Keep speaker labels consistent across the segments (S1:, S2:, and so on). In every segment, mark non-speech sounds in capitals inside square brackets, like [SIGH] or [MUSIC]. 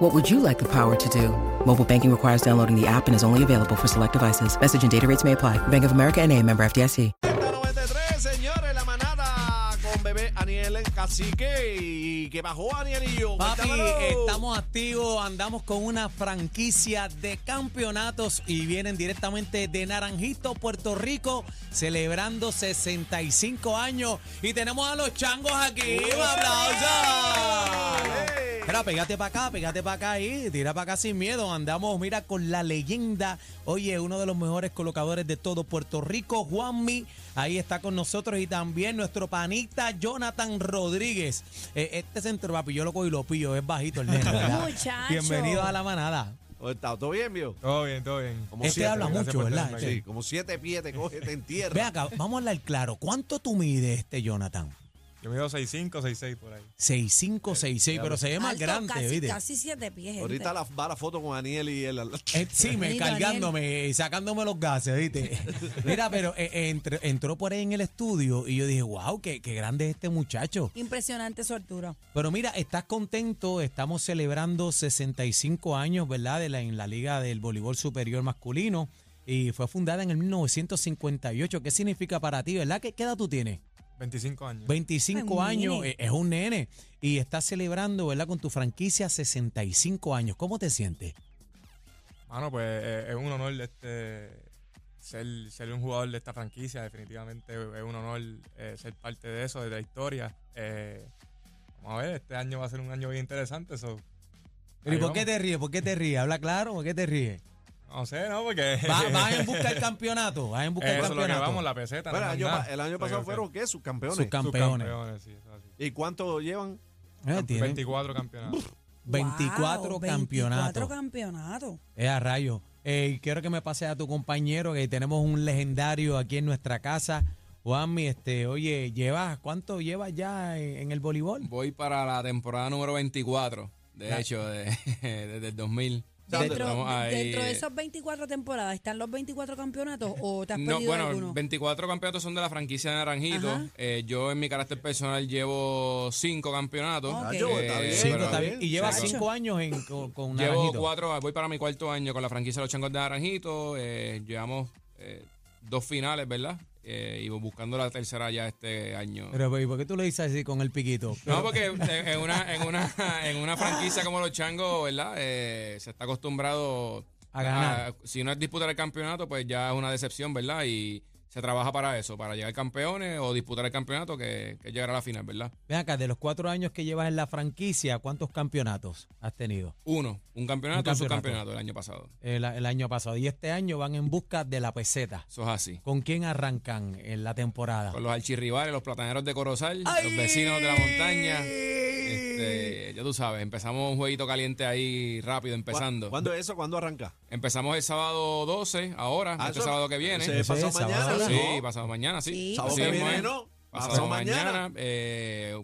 S1: What would you like the power to do? Mobile banking requires downloading the app and is only available for select devices. Message and data rates may apply. Bank of America and a member FDIC.
S2: 93, señores, la manada con bebé Aniel en cacique. ¿Y qué bajó Aniel y yo?
S3: Papi,
S2: Cuéntamelo.
S3: estamos activos, andamos con una franquicia de campeonatos y vienen directamente de Naranjito, Puerto Rico, celebrando 65 años. Y tenemos a los changos aquí. ¡Un aplauso! Espera, pégate para acá, pégate para acá ahí, tira para acá sin miedo. Andamos, mira, con la leyenda. Oye, uno de los mejores colocadores de todo Puerto Rico, Juanmi, ahí está con nosotros y también nuestro panita Jonathan Rodríguez. Eh, este centro, papi, yo lo cojo y lo pillo, es bajito el
S4: [LAUGHS]
S3: nene. ¿verdad?
S4: Muchacho.
S3: Bienvenido a la manada.
S2: ¿Cómo está? ¿Todo bien, viejo?
S5: Todo bien, todo bien.
S2: Como
S3: Este habla
S5: gracias
S3: mucho,
S5: por
S3: ¿verdad?
S5: tenerme
S3: Este.
S2: Sí, como siete pies te coge,
S3: [LAUGHS]
S2: te entierra.
S3: Ve acá, vamos a hablar claro. ¿Cuánto tú mides este Jonathan?
S5: Yo mido 6'5, 6'6 por ahí.
S3: 6'5, 6'6, pero se ve más
S4: Alto,
S3: grande,
S4: casi,
S3: ¿viste?
S4: Casi siete pies. gente.
S3: este?
S2: Ahorita la, va la foto con Aniel y él. al-
S3: Eh, Sí, me
S4: Bienvenido,
S3: cargándome y sacándome los gases,
S4: [LAUGHS]
S3: ¿viste? Mira, pero eh, eh, entró- entró por ahí en el estudio y yo dije, wow, qué, qué grande es este muchacho.
S4: Impresionante su altura.
S3: Pero mira, estás contento, estamos celebrando 65 años, ¿verdad? De la, en la Liga del Voleibol Superior Masculino y fue fundada en el 1958. ¿Qué significa para ti, verdad? ¿Qué, qué edad tú tienes?
S5: 25 años.
S3: 25
S4: Ay,
S3: años,
S4: nene.
S3: eh, es un nene. Y estás celebrando, ¿verdad? Con tu franquicia 65 años. ¿Cómo te sientes?
S5: Mano, pues eh, es un honor este, ser, ser un jugador de esta franquicia. Definitivamente es un honor eh, ser parte de eso, de la historia. Eh, vamos a ver, este año va a ser un año bien interesante. So,
S3: Pero ¿y
S5: ahí
S3: por qué
S5: vamos.
S3: te ríes? ¿Por qué te ríes? ¿Habla claro? ¿Por qué te ríes?
S5: No sé, ¿no? Porque.
S3: [LAUGHS] Va-
S5: [LAUGHS]
S3: Vas en busca del campeonato, vas en busca del
S5: eso es lo que
S3: campeonato.
S5: vamos, la peseta.
S2: Bueno,
S5: no
S2: el
S5: más
S2: año,
S5: nada.
S2: pa- el año
S5: Pero
S2: pasado
S5: que-
S2: fueron, ¿qué? Sus campeones.
S3: Subcampeones.
S5: subcampeones, sí, eso es así.
S2: ¿Y cuánto llevan?
S3: Eh, tienen
S5: 24 campeonatos.
S3: 24
S4: Wow, 24
S3: campeonatos.
S4: campeonatos.
S3: Es a rayo. Eh, y quiero que me pase a tu compañero, que tenemos un legendario aquí en nuestra casa. Juanmi, este, oye, ¿llevas cuánto llevas ya en, en el voleibol?
S6: Voy para la temporada número 24, de hecho, de- [LAUGHS] desde el 2000.
S4: Dentro,
S6: Estamos ahí,
S4: dentro de
S6: eh,
S4: esas 24 temporadas, ¿están los 24 campeonatos o te has
S6: no,
S4: perdido
S6: bueno,
S4: alguno?
S6: 24 campeonatos son de la franquicia de Naranjito.
S4: Ajá.
S6: Eh, yo en mi carácter personal llevo 5 campeonatos. Eh,
S4: Ok.
S2: yo,
S4: Ah,
S2: está bien,
S3: Cinco,
S6: pero
S3: está bien. Y llevas
S4: Chacho.
S3: cinco años en, con, con
S6: Llevo
S3: Naranjito.
S6: 4, voy para mi cuarto año con la franquicia de los Changos de Naranjito. Eh, llevamos eh, dos finales, ¿verdad? Eh, y buscando la tercera ya este año.
S3: Pero, ¿y por qué tú lo dices así con el piquito?
S6: No, porque en- en una, en una, en una franquicia como los changos, ¿verdad? Eh, se está acostumbrado
S3: A ganar.
S6: si no es disputar el campeonato, pues ya es una decepción, ¿verdad? Y se trabaja para eso, para llegar campeones o disputar el campeonato que, que llegará a la final, ¿verdad?
S3: Ven acá, de los cuatro años que llevas en la franquicia, ¿cuántos campeonatos has tenido?
S6: Uno,
S3: Un
S6: un campeonato, un,
S3: campeonato.
S6: subcampeonato el año pasado.
S3: el, el año pasado. Y este año van en busca de la peseta.
S6: Eso es así.
S3: ¿Con quién arrancan en la temporada?
S6: Con los archirrivales, los plataneros de Corozal, los vecinos de la montaña. Este, ya tú sabes, empezamos un jueguito caliente ahí rápido,
S2: ¿Cu-
S6: empezando.
S2: ¿Cuándo es eso? ¿Cuándo arranca?
S6: Empezamos el sábado 12, ahora,
S2: Ah,
S6: este
S2: eso-
S6: sábado que viene.
S2: Ese es
S3: Ese
S2: pasado
S3: es sábado.
S2: mañana.
S6: Ah, Sí,
S2: ¿no?
S6: pasado mañana, sí.
S4: Sí.
S2: Sábado
S6: Así
S2: que
S6: mismo
S2: viene,
S6: es.
S2: ¿no?
S6: Pasado,
S2: Pasado
S6: mañana,
S2: mañana.
S6: eh,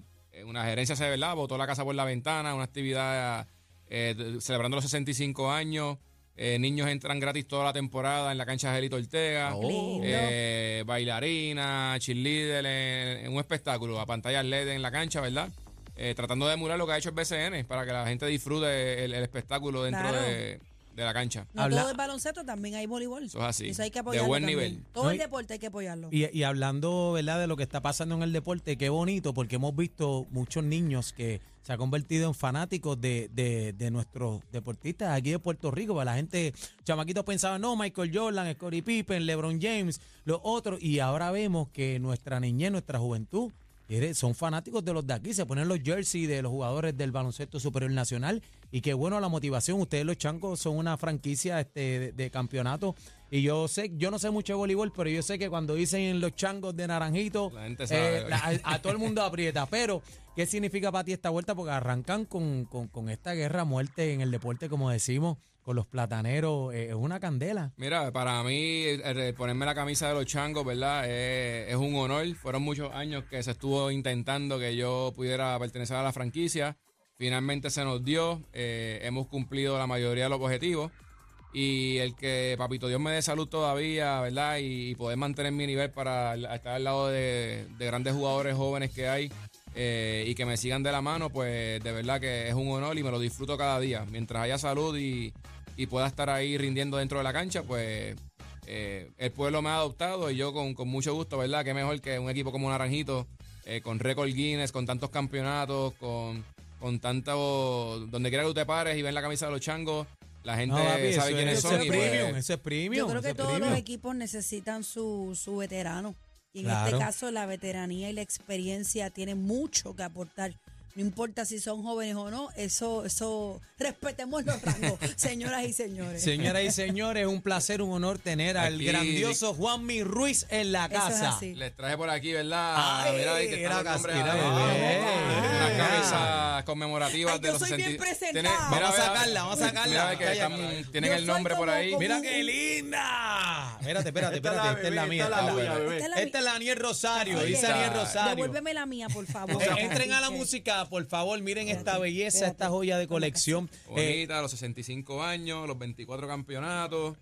S6: una gerencia se ¿verdad? botó la casa por la ventana, una actividad eh, de- celebrando los 65 años. eh, niños entran gratis toda la temporada en la cancha de Angelito Ortega.
S2: Oh.
S4: Lindo.
S6: Eh, bailarina, cheerleader, eh, en, en un espectáculo, a pantalla LED en la cancha, ¿verdad? Eh, tratando de emular lo que ha hecho el BCN para que la gente disfrute el, el espectáculo dentro
S4: Claro.
S6: de, de la cancha.
S4: no
S3: Habla-
S4: todo es baloncesto, también hay voleibol.
S6: Eso es así,
S4: Eso hay que
S6: de
S4: apoyarlo.
S6: buen
S4: también.
S6: nivel.
S4: Todo
S3: No,
S4: el
S3: y-
S4: deporte hay que apoyarlo.
S3: Y, y hablando ¿verdad? de lo que está pasando en el deporte, qué bonito, porque hemos visto muchos niños que se han convertido en fanáticos de, de- de nuestros deportistas aquí de Puerto Rico. Para la gente, chamaquitos pensaban, no, Michael Jordan, Scottie Pippen, LeBron James, los otros. Y ahora vemos que nuestra niñez, nuestra juventud, quiere- son fanáticos de los de aquí. Se ponen los jerseys de los jugadores del baloncesto superior nacional. Y qué bueno la motivación. Ustedes, los chancos, son una franquicia este, de, de campeonato. Y yo sé, yo no sé mucho de voleibol, pero yo sé que cuando dicen los changos de naranjito, eh,
S6: La gente sabe.
S3: la- a, a todo el mundo aprieta. Pero, ¿qué significa para ti esta vuelta? Porque arrancan con, con- con esta guerra a muerte en el deporte, como decimos, con los plataneros, eh, es una candela.
S6: Mira, para mí eh, eh, ponerme la camisa de los changos, ¿verdad? Eh, es un honor. Fueron muchos años que se estuvo intentando que yo pudiera pertenecer a la franquicia. Finalmente se nos dio. Eh, hemos cumplido la mayoría de los objetivos. Y el que Papito Dios me dé salud todavía, ¿verdad? Y, y poder mantener mi nivel para al- estar al lado de, de grandes jugadores jóvenes que hay eh, y que me sigan de la mano, pues de verdad que es un honor y me lo disfruto cada día. Mientras haya salud y, y pueda estar ahí rindiendo dentro de la cancha, pues eh, el pueblo me ha adoptado y yo con, con mucho gusto, ¿verdad? Qué mejor que un equipo como Naranjito, eh, con récord Guinness, con tantos campeonatos, con, con tanto... Donde quiera que usted pares y ven la camisa de los changos, la gente
S3: No, papi,
S6: sabe
S3: eso
S6: quiénes
S3: es, eso
S6: son.
S3: es
S6: y, pues,
S3: premium, eso es
S4: Yo
S3: premium.
S4: creo
S3: eso
S4: que
S3: es
S4: todos
S3: premium.
S4: los equipos necesitan su, su veterano. Y en
S3: Claro.
S4: este caso, la veteranía y la experiencia tienen mucho que aportar. No importa si son jóvenes o no, eso, eso, respetemos
S3: [LAUGHS]
S4: los rangos, señoras y señores.
S3: Señoras y señores, un placer, un honor tener al
S6: Aquí-
S3: grandioso Juanmi Ruiz en la
S4: Eso es
S3: casa.
S4: así.
S6: Les traje por aquí, ¿verdad?
S3: Ay,
S6: mira ahí que
S3: mira,
S6: están los nombres
S3: mira,
S6: ahí.
S3: bebé.
S6: Unas
S3: Ay.
S6: cabezas conmemorativas
S4: Ay,
S6: de
S4: yo
S6: los
S4: soy
S6: 60.
S4: bien presentada.
S6: Tienen-
S4: Vamos
S3: a
S6: mira,
S3: sacarla, vamos a sacarla.
S6: mira que
S3: Calla,
S6: están-
S3: calla.
S6: tienen
S4: Yo
S6: el
S4: soy
S6: nombre por
S4: como-
S6: ahí.
S4: como-
S3: Mira qué linda. Espérate,
S2: Esta
S3: espérate,
S2: es la
S3: espérate. Esta es la
S2: bebé,
S3: mía.
S2: esta es la tuya, bebé.
S4: Esta es la
S3: Esta es la Aniel Rosario,
S4: Oye,
S3: dice Aniel Rosario.
S4: Devuélveme la mía, por favor.
S3: Eh, [LAUGHS] Entren a la
S4: Cacique.
S3: música, por favor. Miren esta
S4: Espérate,
S3: belleza,
S4: espérate.
S3: esta joya de colección. Eh,
S6: Bonita, los 65 años, los 24 campeonatos.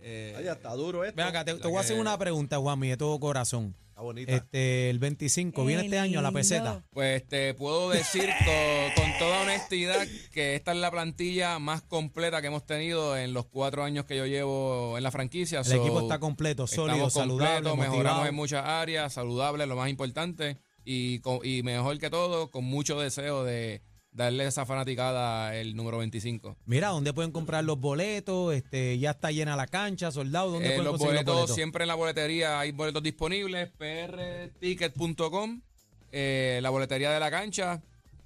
S6: eh,
S2: Ay, ya está duro esto.
S3: Ven acá, te,
S6: La
S3: te voy a hacer
S6: que-
S3: una pregunta, Juanmi, de todo corazón.
S2: eh. Está bonita.
S3: Este, el 25, ¿viene
S4: Qué
S3: este año a la
S4: lindo.
S3: peseta?
S6: Pues te
S3: [LAUGHS]
S6: puedo decir co- con, toda honestidad que esta es la plantilla más completa que hemos tenido en los cuatro años que yo llevo en la franquicia.
S3: El equipo está completo, sólido,
S6: Estamos
S3: saludable,
S6: completos,
S3: motivado.
S6: mejoramos en muchas áreas, saludable, lo más importante, y, co- y mejor que todo, con mucho deseo de darle esa fanaticada el número 25.
S3: Mira, ¿dónde pueden comprar los boletos? Este, ya está llena la cancha, soldado. ¿Dónde
S6: Eh,
S3: pueden
S6: los
S3: conseguir
S6: boletos,
S3: los boletos?
S6: siempre en la boletería hay boletos disponibles, prticket.com, eh, la boletería de la cancha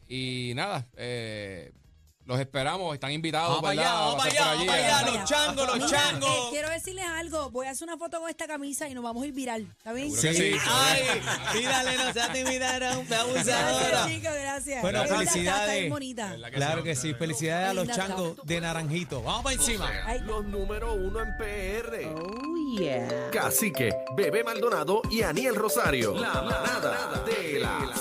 S6: y nada, eh, los esperamos, están
S3: Vamos
S6: invitados.
S3: para allá,
S6: ¿verdad? a
S3: vamos para
S6: pasar
S3: allá,
S6: por eh.
S3: vamos para allá,
S6: a-
S3: los changos, los
S4: Mira, eh,
S3: changos.
S4: quiero decirles algo. Voy a hacer una foto con esta camisa y nos vamos a ir viral. ¿Está bien?
S6: Seguro que sí.
S3: Ay,
S4: [LAUGHS]
S3: mírale, no se intimidaron,
S4: Gracias,
S3: abusadora.
S4: chicos, gracias.
S3: Bueno,
S4: Está- está- Está
S3: felicidades.
S4: bien bonita.
S6: ¿verdad
S3: Claro
S6: sí?
S3: que sí, felicidades a los
S4: Linda está.
S3: changos de Naranjito. Vamos para encima.
S4: Ahí está.
S7: Los número uno en PR. Oh, yeah. Cacique, Bebé Maldonado y Aniel Rosario. La manada de la...